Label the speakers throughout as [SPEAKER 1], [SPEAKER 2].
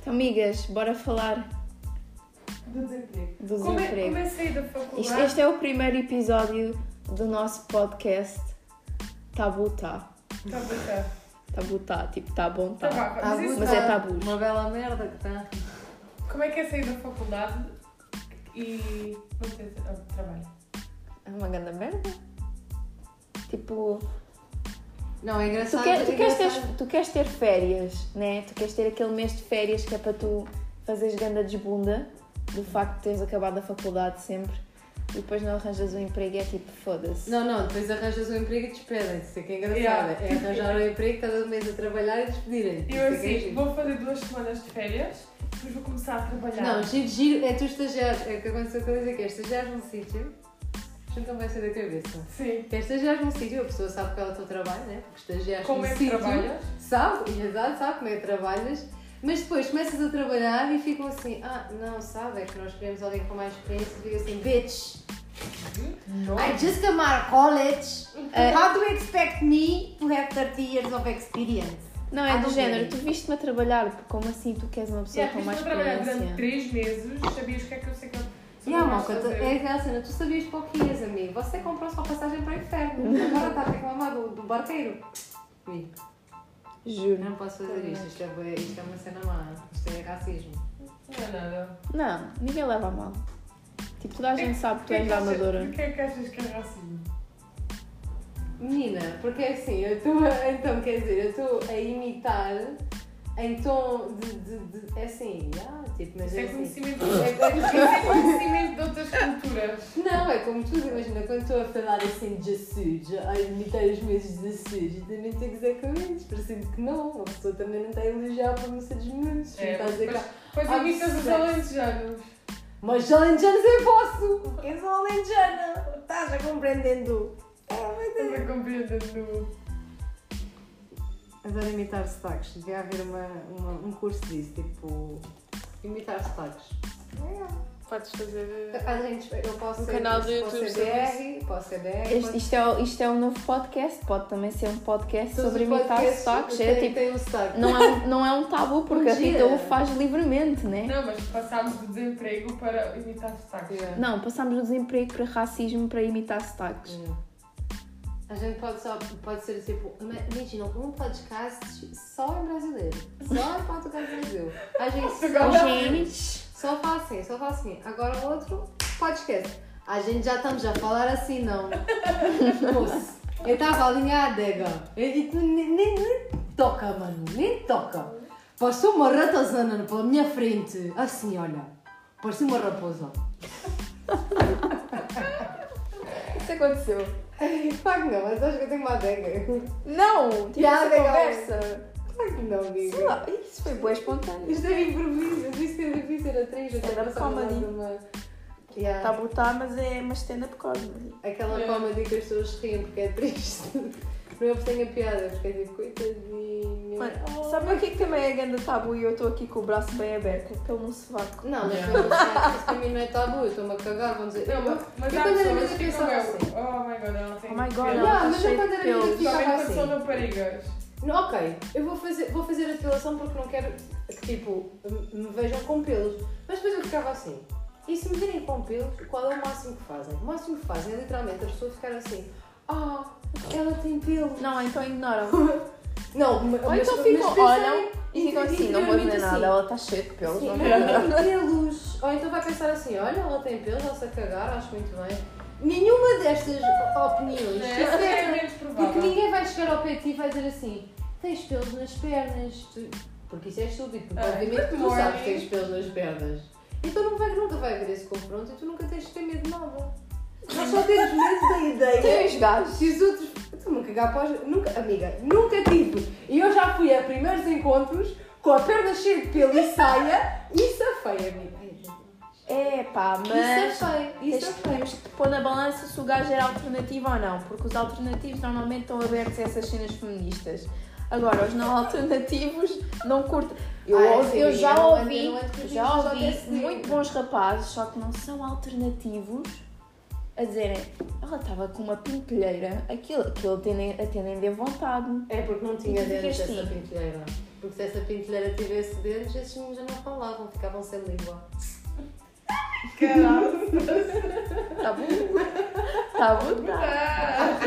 [SPEAKER 1] Então, amigas, bora falar
[SPEAKER 2] do desemprego.
[SPEAKER 1] do
[SPEAKER 2] Como é,
[SPEAKER 1] desemprego.
[SPEAKER 2] como é sair da faculdade?
[SPEAKER 1] Isto- este é o primeiro episódio do nosso podcast Tabu Tá.
[SPEAKER 2] Tá bom, tá.
[SPEAKER 1] Tabu Tá, tipo, tá bom tá.
[SPEAKER 2] Tá bom, mas
[SPEAKER 3] Tabu
[SPEAKER 2] isso
[SPEAKER 1] Mas
[SPEAKER 3] tá.
[SPEAKER 1] é tabus.
[SPEAKER 3] Uma bela merda que tá. está.
[SPEAKER 2] Como é que é sair da faculdade e não ter ah, trabalho?
[SPEAKER 1] É uma grande merda. Tipo,
[SPEAKER 3] Não, é
[SPEAKER 1] tu,
[SPEAKER 3] engraçado.
[SPEAKER 1] quer-
[SPEAKER 3] mas
[SPEAKER 1] tu
[SPEAKER 3] é
[SPEAKER 1] queres
[SPEAKER 3] engraçado.
[SPEAKER 1] ter, tu queres ter férias, né? Tu queres ter aquele mês de férias que é para tu fazeres ganda desbunda do facto de teres acabado a faculdade sempre e depois não arranjas um emprego e é tipo, foda-se.
[SPEAKER 3] Não, não, depois arranjas um emprego e despedem-te. Isso é que é engraçado.
[SPEAKER 2] Yeah.
[SPEAKER 3] É arranjar um emprego, estás um mês a trabalhar e despedirem-te.
[SPEAKER 2] Eu
[SPEAKER 3] Isso é que é
[SPEAKER 2] assim,
[SPEAKER 3] giro.
[SPEAKER 2] vou fazer duas semanas de férias, depois vou começar a trabalhar.
[SPEAKER 3] Não, giro, giro, é tu estagiares. É o que aconteceu com a Lisa, que é estagiares num sítio, isto nunca me vai sair da cabeça.
[SPEAKER 2] Sim.
[SPEAKER 3] Que é estagiares num sítio, a pessoa sabe qual é o teu trabalho, né? Porque estagiares
[SPEAKER 2] Como
[SPEAKER 3] num
[SPEAKER 2] é que
[SPEAKER 3] sítio,
[SPEAKER 2] trabalhas?
[SPEAKER 3] Sabe, e verdade, sabe como é que trabalhas. Mas depois começas a trabalhar e ficam assim, ah, não, sabe, é que nós queremos alguém com mais experiência e fica assim, bitch,
[SPEAKER 2] Não.
[SPEAKER 3] I just come out of college. Uh, How do you expect me to have 30 years of experience?
[SPEAKER 1] Não, é
[SPEAKER 3] Ah,
[SPEAKER 1] do
[SPEAKER 3] não
[SPEAKER 1] género,
[SPEAKER 3] sei.
[SPEAKER 1] tu viste-me a trabalhar, porque como assim tu queres uma pessoa
[SPEAKER 2] Yeah,
[SPEAKER 1] com mais
[SPEAKER 2] fiz-me a trabalhar durante
[SPEAKER 1] experiência?
[SPEAKER 2] 3 meses, sabias o que é que eu sei que eu.
[SPEAKER 3] E há uma
[SPEAKER 2] sobre o
[SPEAKER 3] coisa,
[SPEAKER 2] meu
[SPEAKER 3] é aquela cena, tu sabias para o que ias, amigo. Você comprou sua passagem para o inferno. Agora está a reclamar do, do barqueiro. Amigo, eu
[SPEAKER 1] Juro.
[SPEAKER 3] não posso fazer isto. Isto é, bué- isto é uma cena má. Isto é racismo.
[SPEAKER 2] Não é nada.
[SPEAKER 1] Não, ninguém leva a mal. Tipo, toda a
[SPEAKER 4] É,
[SPEAKER 1] gente sabe que tu
[SPEAKER 2] Porquê
[SPEAKER 1] és da
[SPEAKER 2] achas-
[SPEAKER 1] Amadora.
[SPEAKER 2] Porquê é que achas que é racismo?
[SPEAKER 3] Menina, porque é assim, eu estou a, então quer dizer, eu estou a imitar em tom de, de, de- é assim, ah, tipo, mas
[SPEAKER 2] Isso
[SPEAKER 3] é
[SPEAKER 2] é
[SPEAKER 3] assim.
[SPEAKER 2] conhecimento.
[SPEAKER 3] É, é-
[SPEAKER 2] Isso é conhecimento de outras culturas.
[SPEAKER 3] Não, é como tudo, imagina, quando estou a falar assim de suja, a imitar os meses de suja, também tenho que dizer com eles, parecendo que não, a pessoa também não está a elogiar por não ser dos meus, não
[SPEAKER 2] É,
[SPEAKER 3] está a dizer
[SPEAKER 2] mas-
[SPEAKER 3] que
[SPEAKER 2] Pois
[SPEAKER 3] Ah,
[SPEAKER 2] imitas os
[SPEAKER 3] sexo.
[SPEAKER 2] alentejanos.
[SPEAKER 3] mas alentejanos eu posso, porque eu sou alentejana, estás a compreendendo? Ah, mas é-
[SPEAKER 2] Estás a compreender no.
[SPEAKER 3] Adoro imitar sotaques. Devia haver uma, uma- um curso disso, tipo. Imitar sotaques.
[SPEAKER 4] Podes fazer.
[SPEAKER 3] A gente, eu posso
[SPEAKER 4] Um
[SPEAKER 3] ser.
[SPEAKER 4] canal do
[SPEAKER 3] posso
[SPEAKER 4] YouTube sobre
[SPEAKER 3] ser BR, posso ser BR.
[SPEAKER 1] Este,
[SPEAKER 3] posso-
[SPEAKER 1] isto, é, isto é um novo podcast, pode também ser um podcast
[SPEAKER 3] todos
[SPEAKER 1] sobre
[SPEAKER 3] os
[SPEAKER 1] imitar
[SPEAKER 3] podcasts
[SPEAKER 1] sotaques.
[SPEAKER 3] Tem,
[SPEAKER 1] É, tipo,
[SPEAKER 3] tem um sotaque.
[SPEAKER 1] não, é um, não é um tabu, porque a Rita
[SPEAKER 3] Mentira.
[SPEAKER 1] o faz livremente, né?
[SPEAKER 2] Não, mas passámos do desemprego para imitar sotaques.
[SPEAKER 3] Yeah.
[SPEAKER 1] Não, passamos do desemprego para racismo para imitar sotaques.
[SPEAKER 3] Yeah. A gente pode, só, pode ser tipo, ima- imagina, um podcast só em brasileiro. Só em português do Brasil. A gente
[SPEAKER 1] Oh,
[SPEAKER 3] só,
[SPEAKER 1] gente,
[SPEAKER 3] só fala assim, só fala assim. Agora o outro podcast. A gente já estamos a falar assim, não. Moço, eu estava ali na adega. E tu nem, nem- nem toca, mano. Nem toca. Passou uma ratazana pela minha frente. Assim, olha. Parecia uma raposa.
[SPEAKER 4] Isso aconteceu.
[SPEAKER 3] Claro que não, mas acho que eu tenho uma adega.
[SPEAKER 4] Não! Tipo,
[SPEAKER 3] Já,
[SPEAKER 4] essa
[SPEAKER 3] legal.
[SPEAKER 4] conversa.
[SPEAKER 3] Claro que não, amiga.
[SPEAKER 4] Sei lá, isso foi boa espontânea.
[SPEAKER 3] Isto é improviso, eu disse que eu devia ser atriz, eu
[SPEAKER 4] Era
[SPEAKER 3] estava só a
[SPEAKER 4] comedy.
[SPEAKER 3] uma... Yeah.
[SPEAKER 4] Tá a botar, mas é uma stand-up comedy.
[SPEAKER 3] Aquela
[SPEAKER 2] É.
[SPEAKER 3] comedy que as pessoas riem porque é triste. Não é porque tenha piada, porque é tipo, coitadinha.
[SPEAKER 4] Mano, sabe o que é que também é grande tabu e eu estou aqui com o braço bem aberto? É porque ele não se vaca.
[SPEAKER 3] Não, mas não, não, isso para mim não é tabu, eu estou-me a cagar, vão dizer.
[SPEAKER 2] Não, mas, mas
[SPEAKER 3] eu
[SPEAKER 2] há
[SPEAKER 3] quando era
[SPEAKER 2] pessoas
[SPEAKER 3] miúda
[SPEAKER 2] que ficam
[SPEAKER 3] pensava
[SPEAKER 2] mesmo, Oh my god, ela tem.
[SPEAKER 4] Oh my god,
[SPEAKER 2] pelo."
[SPEAKER 4] ela
[SPEAKER 3] Ah,
[SPEAKER 4] está
[SPEAKER 3] mas
[SPEAKER 4] cheia
[SPEAKER 3] eu
[SPEAKER 4] de
[SPEAKER 3] quando era
[SPEAKER 4] pelos.
[SPEAKER 3] miúda-
[SPEAKER 2] Somente
[SPEAKER 3] ficava
[SPEAKER 2] quando são
[SPEAKER 3] assim.
[SPEAKER 2] raparigas.
[SPEAKER 3] Não, ok, eu vou fazer, vou fazer depilação porque não quero que, tipo, me- me vejam com pelos. Mas depois eu ficava assim. E se me virem com pelos, qual é o máximo que fazem? O máximo que fazem é literalmente a pessoa ficar assim. Ah, ela tem pelos.
[SPEAKER 1] Não, então ignoram.
[SPEAKER 3] Não, mas,
[SPEAKER 1] Ou
[SPEAKER 3] mas-
[SPEAKER 1] então
[SPEAKER 3] mas
[SPEAKER 1] ficam,
[SPEAKER 3] pensei
[SPEAKER 1] olham e ficam
[SPEAKER 3] inter-
[SPEAKER 1] assim, não vou dizer
[SPEAKER 3] interiormente
[SPEAKER 1] nada,
[SPEAKER 3] assim.
[SPEAKER 1] ela está cheia de pelos.
[SPEAKER 3] Sim,
[SPEAKER 1] não vou dizer nada.
[SPEAKER 3] ela tem pelos. Ou então vai pensar assim, olha, ela tem pelos, ela se a cagar, acho muito bem. Nenhuma destas opiniões
[SPEAKER 2] Né?
[SPEAKER 3] é
[SPEAKER 2] Essa é a
[SPEAKER 3] certa.
[SPEAKER 2] menos
[SPEAKER 3] Porque
[SPEAKER 2] provável.
[SPEAKER 3] ninguém vai chegar ao pé de ti e vai dizer assim, tens pelos nas pernas, tu- porque isso é estúpido, porque
[SPEAKER 2] Ah,
[SPEAKER 3] obviamente que tu
[SPEAKER 2] morning.
[SPEAKER 3] sabes que tens pelos nas pernas. Então não vai, nunca vai haver esse confronto e tu nunca tens de ter medo de nada. Nós só temos medo da ideia.
[SPEAKER 1] Três gajos.
[SPEAKER 3] Se os outros. Tu nunca gapas. Nunca, amiga, nunca tive. E eu já fui a primeiros encontros com a perna cheia de pelo e saia e safei, amiga. Ai,
[SPEAKER 4] É pá,
[SPEAKER 3] E
[SPEAKER 4] mas.
[SPEAKER 3] safei, e
[SPEAKER 4] Tens-
[SPEAKER 3] safei.
[SPEAKER 4] Temos que pôr na balança se o gajo era alternativo ou não, porque os alternativos normalmente estão abertos a essas cenas feministas. Agora, os não alternativos não curtem. Eu,
[SPEAKER 3] Ah, é
[SPEAKER 4] ouvi-
[SPEAKER 3] assim,
[SPEAKER 4] eu
[SPEAKER 3] amiga,
[SPEAKER 4] já
[SPEAKER 3] não é-
[SPEAKER 4] ouvi,
[SPEAKER 3] não é que os
[SPEAKER 4] já
[SPEAKER 3] bichos
[SPEAKER 4] ouvi
[SPEAKER 3] acontecem.
[SPEAKER 4] muito bons rapazes, só que não são alternativos, a dizerem ela estava com uma pintelheira, aquilo, aquilo atendem, atendem de vontade.
[SPEAKER 3] É porque não tinha
[SPEAKER 4] E tu
[SPEAKER 3] dentro
[SPEAKER 4] ficas
[SPEAKER 3] dessa
[SPEAKER 4] assim.
[SPEAKER 3] pintelheira. Porque se essa pintelheira tivesse dentes, esses meninos já não falavam, ficavam sem língua.
[SPEAKER 2] Caralho.
[SPEAKER 4] Tá bom? Tá bom? Tá.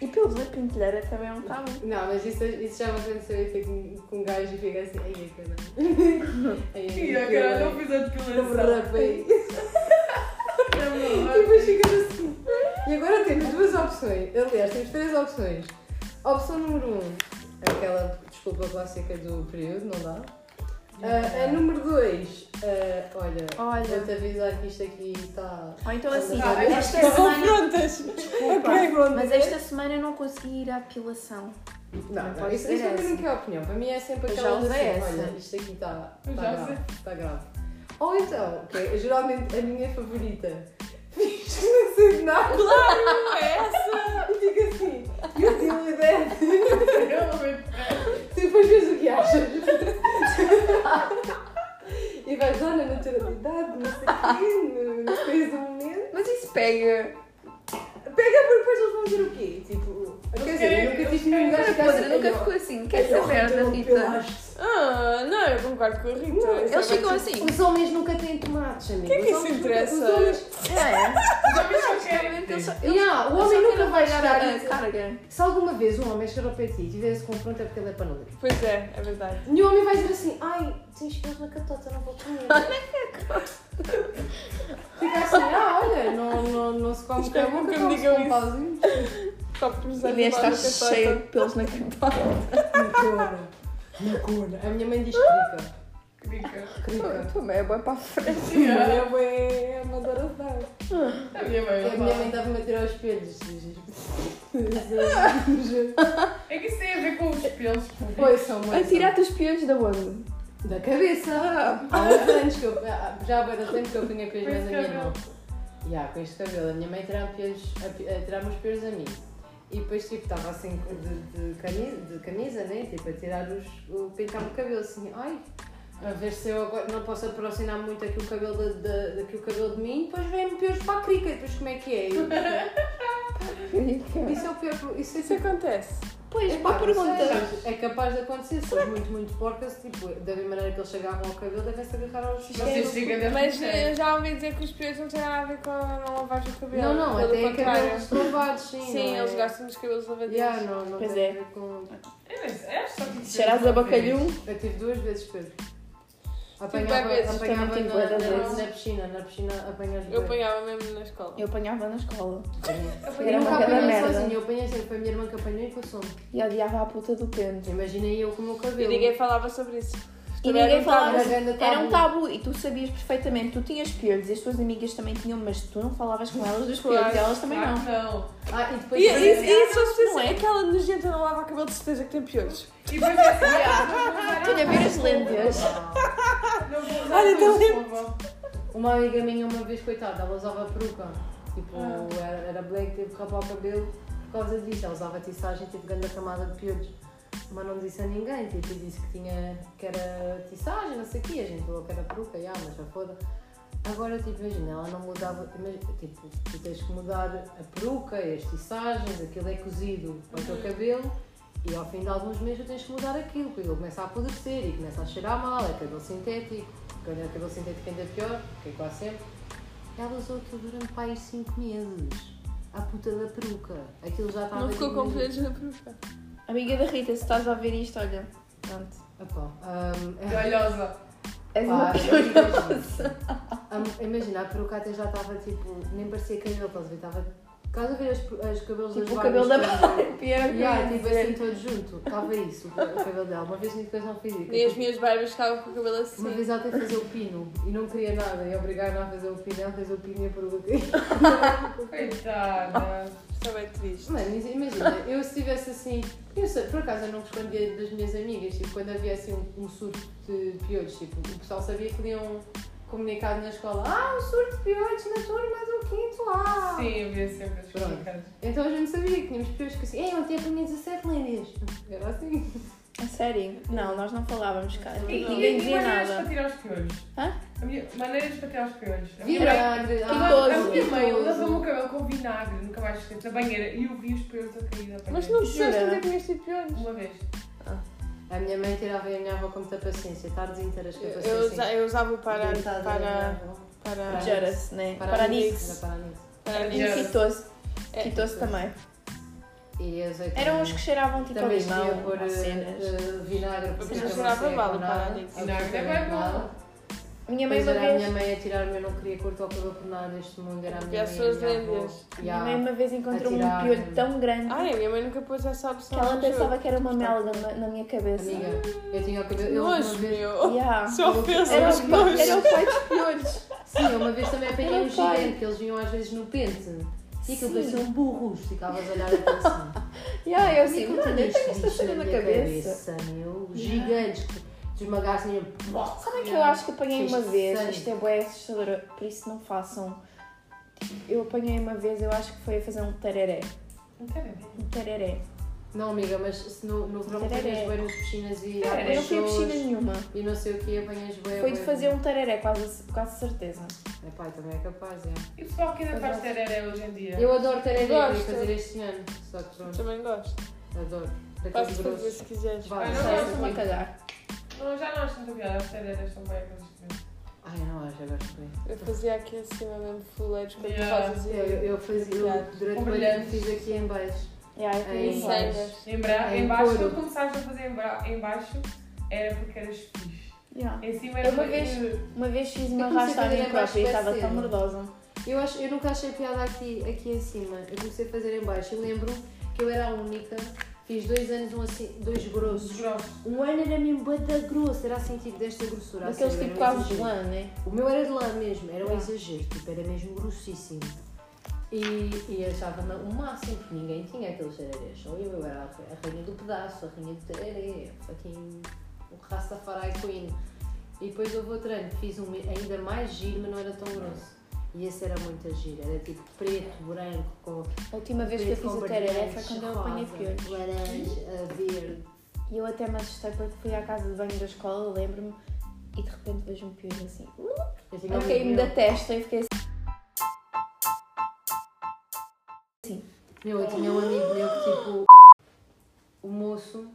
[SPEAKER 4] E pelo ver pintelheira também não tá bom.
[SPEAKER 3] Não, mas isso, isso já me aconteceu eu fico com um gajo e fica assim, ai é que não. Ai, é
[SPEAKER 2] E
[SPEAKER 3] que
[SPEAKER 2] a cara não
[SPEAKER 3] não.
[SPEAKER 2] fiz a
[SPEAKER 3] Eu me
[SPEAKER 2] depilação.
[SPEAKER 3] rapei. E
[SPEAKER 2] Não,
[SPEAKER 3] depois ficas assim. E agora temos duas opções. Aliás, temos três opções. Opção número um, aquela desculpa clássica do período, não dá? Ah, a número dois, ah, olha,
[SPEAKER 4] Olha.
[SPEAKER 3] vou-te avisar que isto aqui está.
[SPEAKER 4] Ou então assim,
[SPEAKER 2] Tá, eu
[SPEAKER 4] esta
[SPEAKER 2] estou
[SPEAKER 4] semana.
[SPEAKER 2] prontas.
[SPEAKER 4] Desculpa,
[SPEAKER 2] Ok, bom
[SPEAKER 4] mas
[SPEAKER 2] dia.
[SPEAKER 4] esta semana eu não consegui ir à apilação.
[SPEAKER 3] Não,
[SPEAKER 4] Não
[SPEAKER 3] não,
[SPEAKER 4] pode
[SPEAKER 3] isso,
[SPEAKER 4] ser
[SPEAKER 3] isso para mim
[SPEAKER 4] essa.
[SPEAKER 3] nunca é opinião. Para mim é sempre
[SPEAKER 4] Eu já
[SPEAKER 3] aquela de
[SPEAKER 4] usei
[SPEAKER 3] assim,
[SPEAKER 4] essa.
[SPEAKER 3] olha, isto aqui está
[SPEAKER 2] Eu
[SPEAKER 3] está
[SPEAKER 2] já
[SPEAKER 3] grave,
[SPEAKER 2] usei.
[SPEAKER 3] está grave. Ou então, que é geralmente a minha favorita, fiz que não sei de nada. Claro,
[SPEAKER 4] Ah,
[SPEAKER 3] é essa! E fica assim, eu tenho ideia Tu depois vês o que achas. e vais lá na naturalidade, não sei o quê, no- no peso do momento.
[SPEAKER 4] Mas isso pega.
[SPEAKER 3] Pega porque depois eles vão dizer o quê? Tipo, quer dizer, eu nunca tive nenhum gajo que ficasse
[SPEAKER 4] Podre, nunca
[SPEAKER 3] "Ai, ó,
[SPEAKER 4] ficou assim.
[SPEAKER 3] ai,
[SPEAKER 4] Quer
[SPEAKER 3] ó,
[SPEAKER 4] saber da
[SPEAKER 3] então
[SPEAKER 4] Rita?
[SPEAKER 3] pelaste-se."
[SPEAKER 2] Ah, não, eu concordo com a Rita.
[SPEAKER 3] Não,
[SPEAKER 4] Eles ficam assim.
[SPEAKER 3] Os homens nunca têm tomates, amigo.
[SPEAKER 2] Quem é que
[SPEAKER 3] Os
[SPEAKER 2] isso
[SPEAKER 3] homens
[SPEAKER 2] interessa?
[SPEAKER 3] Nunca, os homens...
[SPEAKER 4] É.
[SPEAKER 2] Basicamente,
[SPEAKER 4] Eu
[SPEAKER 2] eles
[SPEAKER 4] só-
[SPEAKER 2] só-
[SPEAKER 4] eu-
[SPEAKER 3] Yeah, o
[SPEAKER 4] eu só
[SPEAKER 3] homem nunca
[SPEAKER 4] quero
[SPEAKER 3] vai
[SPEAKER 4] avaliar
[SPEAKER 3] chegar
[SPEAKER 4] a
[SPEAKER 3] a...
[SPEAKER 4] carga.
[SPEAKER 3] Se alguma vez um homem chegar ao pé de ti e tiver esse confronto é porque ele é paneleiro.
[SPEAKER 2] Pois é, é verdade.
[SPEAKER 3] Nenhum homem vai dizer assim, ai, tens pelos na catota, não vou comer. Fica assim, ah, olha, não, não, não se come um
[SPEAKER 2] Espero
[SPEAKER 3] com a boca,
[SPEAKER 2] nunca me
[SPEAKER 3] come-se
[SPEAKER 2] digam
[SPEAKER 3] com
[SPEAKER 2] isso.
[SPEAKER 3] pauzinhos.
[SPEAKER 2] Só por usar
[SPEAKER 4] A minha está cheia de pelos na cabeça.
[SPEAKER 3] Na cona, na cona. A minha mãe diz crica.
[SPEAKER 2] Crica.
[SPEAKER 3] Crica.
[SPEAKER 4] Também é boa para a frente.
[SPEAKER 2] Yeah.
[SPEAKER 3] mãe é amadora de dar.
[SPEAKER 2] A minha mãe,
[SPEAKER 3] A
[SPEAKER 2] não
[SPEAKER 3] minha
[SPEAKER 2] fala.
[SPEAKER 3] mãe estava-me a tirar os espelhos.
[SPEAKER 5] tá-
[SPEAKER 2] É que isso tem a ver com os pelos. desculpa.
[SPEAKER 3] Pois são mães.
[SPEAKER 4] A tirar-te os peões da onde?
[SPEAKER 3] Da cabeça! Há uns anos que eu. Já há bué de tempo que eu punha
[SPEAKER 2] Com
[SPEAKER 3] piolhos
[SPEAKER 2] esse
[SPEAKER 3] na minha
[SPEAKER 2] cabelo.
[SPEAKER 3] mão. E há, com este cabelo. A minha mãe tirava piolhos- a pi- a tirar-me os piolhos a mim. E depois, tipo, estava assim de, de camisa, de camisa, né? Tipo, a tirar os. o pintar-me o cabelo assim. Ai! A ver se eu agora não posso aproximar muito aqui o cabelo da, da, daqui o cabelo de mim, depois vem-me piolhos para a crica, e depois como é que é? Eu- Isso é o pior. Isso é
[SPEAKER 2] Isso acontece.
[SPEAKER 4] Pois,
[SPEAKER 3] é,
[SPEAKER 4] boa
[SPEAKER 3] pá,
[SPEAKER 4] pergunta.
[SPEAKER 3] não sei, É capaz de acontecer, se for muito, muito porcas, tipo, da mesma maneira que eles chegavam ao cabelo, devem-se agarrar aos
[SPEAKER 2] Vocês chegam a
[SPEAKER 5] Mas eh,
[SPEAKER 3] eh,
[SPEAKER 5] eu já ouvi dizer que os peões não têm nada a ver com não lavar o cabelo.
[SPEAKER 3] Não, não,
[SPEAKER 5] pelo
[SPEAKER 3] até é
[SPEAKER 5] contrário.
[SPEAKER 3] cabelos lavados, sim.
[SPEAKER 5] Sim,
[SPEAKER 3] não
[SPEAKER 5] eles
[SPEAKER 3] é?
[SPEAKER 5] gostam dos cabelos lavadinhos.
[SPEAKER 3] Yeah, não, não
[SPEAKER 4] Pois
[SPEAKER 3] tem
[SPEAKER 4] é.
[SPEAKER 3] a ver com...
[SPEAKER 2] Eu nem sei, acho só que isso
[SPEAKER 4] Cheiras a
[SPEAKER 2] é uma coisa.
[SPEAKER 4] bacalhau.
[SPEAKER 3] Eu tive duas vezes Pedro. Tipo,
[SPEAKER 5] bué vezes,
[SPEAKER 3] apanhava
[SPEAKER 4] também tive
[SPEAKER 3] na,
[SPEAKER 4] bué das
[SPEAKER 3] na-
[SPEAKER 4] vezes.
[SPEAKER 3] na piscina, na piscina apanhas
[SPEAKER 5] Eu
[SPEAKER 3] bué.
[SPEAKER 5] apanhava mesmo na escola.
[SPEAKER 4] Eu apanhava na escola.
[SPEAKER 3] Eu
[SPEAKER 4] Era uma
[SPEAKER 3] nunca
[SPEAKER 4] grande
[SPEAKER 3] apanhei
[SPEAKER 4] merda.
[SPEAKER 3] sozinha, eu apanhei sempre, foi a minha irmã que apanhou e com o som.
[SPEAKER 4] E odiava a puta do pente.
[SPEAKER 3] Imaginei eu com o meu
[SPEAKER 5] E
[SPEAKER 3] cabelo.
[SPEAKER 5] ninguém falava sobre isso.
[SPEAKER 4] E
[SPEAKER 5] Também
[SPEAKER 4] ninguém
[SPEAKER 5] não
[SPEAKER 4] falava.
[SPEAKER 3] Era grande tabu.
[SPEAKER 4] Era um tabu e tu sabias perfeitamente. Tu tinhas piolhos e as tuas amigas também tinham, mas tu não falavas com elas dos piolhos e elas também
[SPEAKER 2] Claro
[SPEAKER 4] não.
[SPEAKER 2] que não.
[SPEAKER 3] Ah, e depois...
[SPEAKER 5] E, e, e se
[SPEAKER 4] não
[SPEAKER 5] eles
[SPEAKER 4] é?
[SPEAKER 5] dizem aquela nojenta não lava o cabelo, de certeza que tem piolhos.
[SPEAKER 2] E depois é assim,
[SPEAKER 4] Tinha a ver as
[SPEAKER 3] é
[SPEAKER 4] lendas.
[SPEAKER 3] Ah.
[SPEAKER 2] não vou usar
[SPEAKER 5] Olha,
[SPEAKER 2] tudo,
[SPEAKER 5] então-
[SPEAKER 2] vovó.
[SPEAKER 3] Uma amiga minha uma vez, coitada, ela usava peruca. Tipo,
[SPEAKER 2] Ah.
[SPEAKER 3] era, era black, teve que rapar o cabelo por causa disso. Ela usava tiçagem, tipo, grande camada de piolhos. Mas não disse a ninguém, tipo, e disse que tinha, que era tiçagem, não sei o quê. A gente falou que era peruca, já, mas já foda. Agora, tipo, imagina, ela não mudava, imagina, tipo, tu tens que mudar a peruca, as tiçagens, aquilo é cozido para o teu cabelo. E ao fim de alguns meses tu tens que mudar aquilo, porque ele começa a apodrecer e começa a cheirar mal, é cabelo sintético, quando é cabelo sintético ainda pior, porque é quase sempre. Ela usou aquilo durante pai 5 meses. A puta da peruca. Aquilo já estava.
[SPEAKER 5] Não ficou
[SPEAKER 3] tipo,
[SPEAKER 5] com piolhos na peruca.
[SPEAKER 4] Amiga da Rita, se estás a ouvir isto, olha. Pronto.
[SPEAKER 3] Epá, hum,
[SPEAKER 2] E Olhosa.
[SPEAKER 4] És
[SPEAKER 3] Pá,
[SPEAKER 4] É uma
[SPEAKER 3] imagina. A- Imagina, a peruca até já estava tipo, nem parecia cabelo, estás a ver? Estava. Estás a ver as, os cabelos
[SPEAKER 4] Tipo,
[SPEAKER 3] das
[SPEAKER 4] o
[SPEAKER 3] Barbies
[SPEAKER 4] cabelo da
[SPEAKER 3] todos?
[SPEAKER 4] pior.
[SPEAKER 3] Yeah, tipo assim, todo junto. Estava isso, o cabelo dela. Uma vez nem depois não fiz
[SPEAKER 5] Nem as minhas barbas ficavam com o cabelo
[SPEAKER 3] Uma
[SPEAKER 5] assim.
[SPEAKER 3] vez ela até fazer o pino e não queria nada, e obrigaram a fazer o pino, ela fez o pino e a peruca
[SPEAKER 2] Coitada.
[SPEAKER 5] Está é bem triste.
[SPEAKER 3] Mano, mas imagina, eu se estivesse assim, eu sei, por acaso eu não me escondia das minhas amigas, tipo, quando havia assim um, um surto de piolhos, tipo, o pessoal sabia que iam comunicar na escola, ah, um surto de piolhos na turma do um quinto A.
[SPEAKER 2] Sim, havia sempre as
[SPEAKER 3] Pronto.
[SPEAKER 2] coisas.
[SPEAKER 3] Então a gente sabia que tínhamos piolhos que assim, ei, ontem apanhei 17 líneas. Era assim.
[SPEAKER 4] A sério? Não, nós não falávamos cá.
[SPEAKER 2] E,
[SPEAKER 4] Ninguém
[SPEAKER 2] e, e
[SPEAKER 4] dizia
[SPEAKER 2] maneiras para
[SPEAKER 4] nada.
[SPEAKER 2] tirar os piolhos?
[SPEAKER 4] Hã?
[SPEAKER 2] A minha maneira de bater aos piolhos. A minha mãe-
[SPEAKER 3] Virar.
[SPEAKER 2] a
[SPEAKER 4] Idoso.
[SPEAKER 2] minha mãe
[SPEAKER 3] idoso.
[SPEAKER 2] lavou-me o cabelo com vinagre, nunca mais esqueci, na banheira, e eu vi os piolhos a cair da
[SPEAKER 5] Mas
[SPEAKER 2] banheira.
[SPEAKER 5] não precisaste
[SPEAKER 1] Jura?
[SPEAKER 5] dizer que tinhas tido piolhos.
[SPEAKER 2] Uma vez.
[SPEAKER 3] A minha mãe tirava e a minha avó com muita paciência, tardes inteiras com
[SPEAKER 5] Eu,
[SPEAKER 3] paciência.
[SPEAKER 5] eu, usa- eu usava para.
[SPEAKER 3] Deitada da minha
[SPEAKER 5] para.
[SPEAKER 3] avó.
[SPEAKER 5] para.
[SPEAKER 1] Jara-se, né?
[SPEAKER 3] Para
[SPEAKER 1] Paranix.
[SPEAKER 3] Era Paranix.
[SPEAKER 5] para-
[SPEAKER 1] E quitou-se.
[SPEAKER 5] É.
[SPEAKER 1] Quitou-se também.
[SPEAKER 3] E eu sei que
[SPEAKER 1] Eram os que cheiravam tipo a
[SPEAKER 3] também se
[SPEAKER 1] limão,
[SPEAKER 3] devia pôr
[SPEAKER 1] a
[SPEAKER 3] eh,
[SPEAKER 1] cenas.
[SPEAKER 3] eh, vinagre. porque
[SPEAKER 5] Mas não
[SPEAKER 3] eu
[SPEAKER 5] cheirava
[SPEAKER 3] sei,
[SPEAKER 5] mal o
[SPEAKER 3] com nada,
[SPEAKER 5] Paranix.
[SPEAKER 2] Vinagre é
[SPEAKER 3] absolutamente
[SPEAKER 2] bem bom.
[SPEAKER 3] nada.
[SPEAKER 1] Minha mãe
[SPEAKER 3] Mas
[SPEAKER 1] uma
[SPEAKER 3] era a minha
[SPEAKER 1] vez...
[SPEAKER 3] mãe a tirar-me, eu não queria cortar o cabelo por nada neste mundo, era a minha
[SPEAKER 5] E as
[SPEAKER 3] mãe.
[SPEAKER 5] suas
[SPEAKER 3] a minha avó.
[SPEAKER 5] lendas.
[SPEAKER 1] Minha
[SPEAKER 3] Ya.
[SPEAKER 1] mãe uma vez encontrou um
[SPEAKER 3] Atirar.
[SPEAKER 1] piolho tão grande
[SPEAKER 5] Ai, a minha mãe nunca pôs essa
[SPEAKER 1] que
[SPEAKER 5] opção.
[SPEAKER 1] ela
[SPEAKER 5] no jogo.
[SPEAKER 1] pensava que era uma melga na- na minha cabeça.
[SPEAKER 3] Tá. Amiga, eu tinha um o cabelo. Eu uma
[SPEAKER 5] Nojo,
[SPEAKER 3] vez.
[SPEAKER 5] meu.
[SPEAKER 1] Yeah.
[SPEAKER 5] Se ofensa,
[SPEAKER 1] Era
[SPEAKER 5] mas
[SPEAKER 1] o pai- era
[SPEAKER 5] nojo.
[SPEAKER 1] o pai dos piolhos.
[SPEAKER 3] Sim, eu uma vez também apanhei
[SPEAKER 1] Era
[SPEAKER 3] um
[SPEAKER 1] pai.
[SPEAKER 3] gigante, que eles vinham às vezes no pente. E aquilo
[SPEAKER 1] Sim.
[SPEAKER 3] pareciam burros, ficavas a olhar até assim.
[SPEAKER 1] Yeah, eu assim,
[SPEAKER 3] Sim,
[SPEAKER 1] mano, eu tenho esta cena na cabeça.
[SPEAKER 3] meu. Gigantes que te esmagassem.
[SPEAKER 1] Sabem que eu acho que apanhei
[SPEAKER 3] Fez
[SPEAKER 1] uma vez,
[SPEAKER 3] sangue.
[SPEAKER 1] isto é bué assustador, por isso não façam. Eu apanhei uma vez, eu acho que foi a fazer um tereré.
[SPEAKER 2] Não tem nada.
[SPEAKER 1] Um tereré.
[SPEAKER 3] Não, amiga, mas se no, no verão
[SPEAKER 1] Tereré.
[SPEAKER 3] apanhas bem nas piscinas e
[SPEAKER 2] Tereré.
[SPEAKER 1] Eu não fui a piscina
[SPEAKER 3] piscinas
[SPEAKER 1] nenhuma.
[SPEAKER 3] e não sei o que, apanhas bem.
[SPEAKER 1] Foi de fazer um tereré, quase, quase certeza.
[SPEAKER 3] É pai, também é capaz, é.
[SPEAKER 2] E o pessoal que ainda faz tereré hoje em dia?
[SPEAKER 3] Eu adoro tereré, queria
[SPEAKER 5] Gosto.
[SPEAKER 3] fazer este ano. Só que pronto,
[SPEAKER 5] Também gosto.
[SPEAKER 3] adoro. Daqueles
[SPEAKER 5] Posso fazer
[SPEAKER 3] grossos.
[SPEAKER 5] se quiseres.
[SPEAKER 3] Vá,
[SPEAKER 2] Ah, não
[SPEAKER 3] sai,
[SPEAKER 2] gosto
[SPEAKER 3] sai.
[SPEAKER 1] Estou-me a cagar.
[SPEAKER 2] Não, já não acho tanta piada, as tererés são bem agressivas.
[SPEAKER 3] Ai, não acho, eu gosto bem.
[SPEAKER 5] Eu fazia aqui em cima mesmo fuleiros quando
[SPEAKER 2] Yeah.
[SPEAKER 5] tu fazes
[SPEAKER 3] Eu, eu,
[SPEAKER 5] e
[SPEAKER 3] eu fazia, eu, durante o ano
[SPEAKER 2] Brilhantes.
[SPEAKER 3] fiz aqui em baixo.
[SPEAKER 1] Yeah, eu fui
[SPEAKER 3] Em-
[SPEAKER 1] embora.
[SPEAKER 5] cenas.
[SPEAKER 2] Em, bra...
[SPEAKER 3] É,
[SPEAKER 2] em baixo,
[SPEAKER 3] couro.
[SPEAKER 2] quando começaste a fazer em, bra... em baixo, era porque eras fixe.
[SPEAKER 1] Yeah.
[SPEAKER 2] Em cima era
[SPEAKER 1] Eu uma vez- Uma vez fiz uma
[SPEAKER 3] Eu comecei
[SPEAKER 1] rasta
[SPEAKER 3] a
[SPEAKER 1] a
[SPEAKER 3] fazer
[SPEAKER 1] mim
[SPEAKER 3] em baixo
[SPEAKER 1] própria e
[SPEAKER 3] bem
[SPEAKER 1] estava tão
[SPEAKER 3] cedo.
[SPEAKER 1] mordosa.
[SPEAKER 3] Eu, acho, eu nunca achei piada aqui, aqui em cima. Eu comecei a fazer em baixo. Eu lembro que eu era a única. Fiz dois anos um assim, dois grossos.
[SPEAKER 2] grossos.
[SPEAKER 3] Um ano era mesmo bada grosso, era assim tipo desta grossura.
[SPEAKER 1] Daqueles
[SPEAKER 3] assim,
[SPEAKER 1] tipo
[SPEAKER 3] era um
[SPEAKER 1] quase de
[SPEAKER 3] exagero.
[SPEAKER 1] lã, né?
[SPEAKER 3] O meu era de lã mesmo, era um
[SPEAKER 1] Ah.
[SPEAKER 3] exagero, tipo, era mesmo grossíssimo. E, e achava na- o máximo que ninguém tinha aqueles tererés. Só eu, eu era a, a rainha do pedaço, a rainha do tereré, fucking o Rastafari Queen. E depois houve outro ano que fiz um ainda mais giro, mas não era tão grosso. E esse era muito giro, era tipo preto, branco, com.
[SPEAKER 1] A última vez que eu fiz o tereré foi quando eu apanhei piolhos.
[SPEAKER 3] Laranja, verde.
[SPEAKER 1] E eu até me assustei porque fui à casa de banho da escola, lembro-me, e de repente vejo um piolho assim.
[SPEAKER 3] Eu tinha um
[SPEAKER 1] Eu caí-me
[SPEAKER 3] muito
[SPEAKER 1] da testa e fiquei assim.
[SPEAKER 3] Meu, eu
[SPEAKER 1] Ah!
[SPEAKER 3] tinha um amigo meu que, tipo, o moço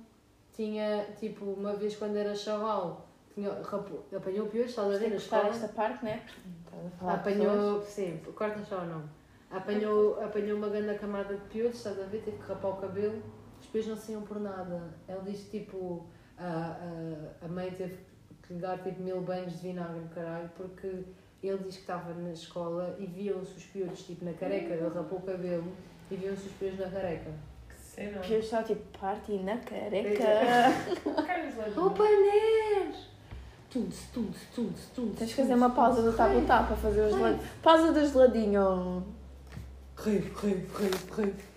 [SPEAKER 3] tinha, tipo, uma vez quando era chaval, tinha, rapo, apanhou piolhos, estás a ver,
[SPEAKER 1] Tem
[SPEAKER 3] na
[SPEAKER 1] que é cortar
[SPEAKER 3] escola,
[SPEAKER 1] esta parte, né? Estás a falar de pessoas.
[SPEAKER 3] apanhou, sim, corta só o nome, apanhou, apanhou uma grande camada de piolhos, estás a ver, teve que rapar o cabelo, os piolhos não saíam por nada, ele disse, tipo, a, a, a mãe teve que lhe dar, tipo, mil banhos de vinagre, caralho, porque ele disse que estava na escola e viam-se os piolhos, tipo, na careca, ele rapou o cabelo e viam-se os piolhos na careca.
[SPEAKER 2] Que sei
[SPEAKER 1] Os
[SPEAKER 2] não.
[SPEAKER 1] piolhos só tipo parte na careca.
[SPEAKER 2] Carlos Lagoa.
[SPEAKER 3] Companheiro! Tundes, tundes, tundes, tundes.
[SPEAKER 1] Tens que fazer uma pausa do tapa tapa para fazer o
[SPEAKER 3] Ai.
[SPEAKER 1] geladinho. Pausa do geladinho.
[SPEAKER 3] Rave, rave, rave, rave.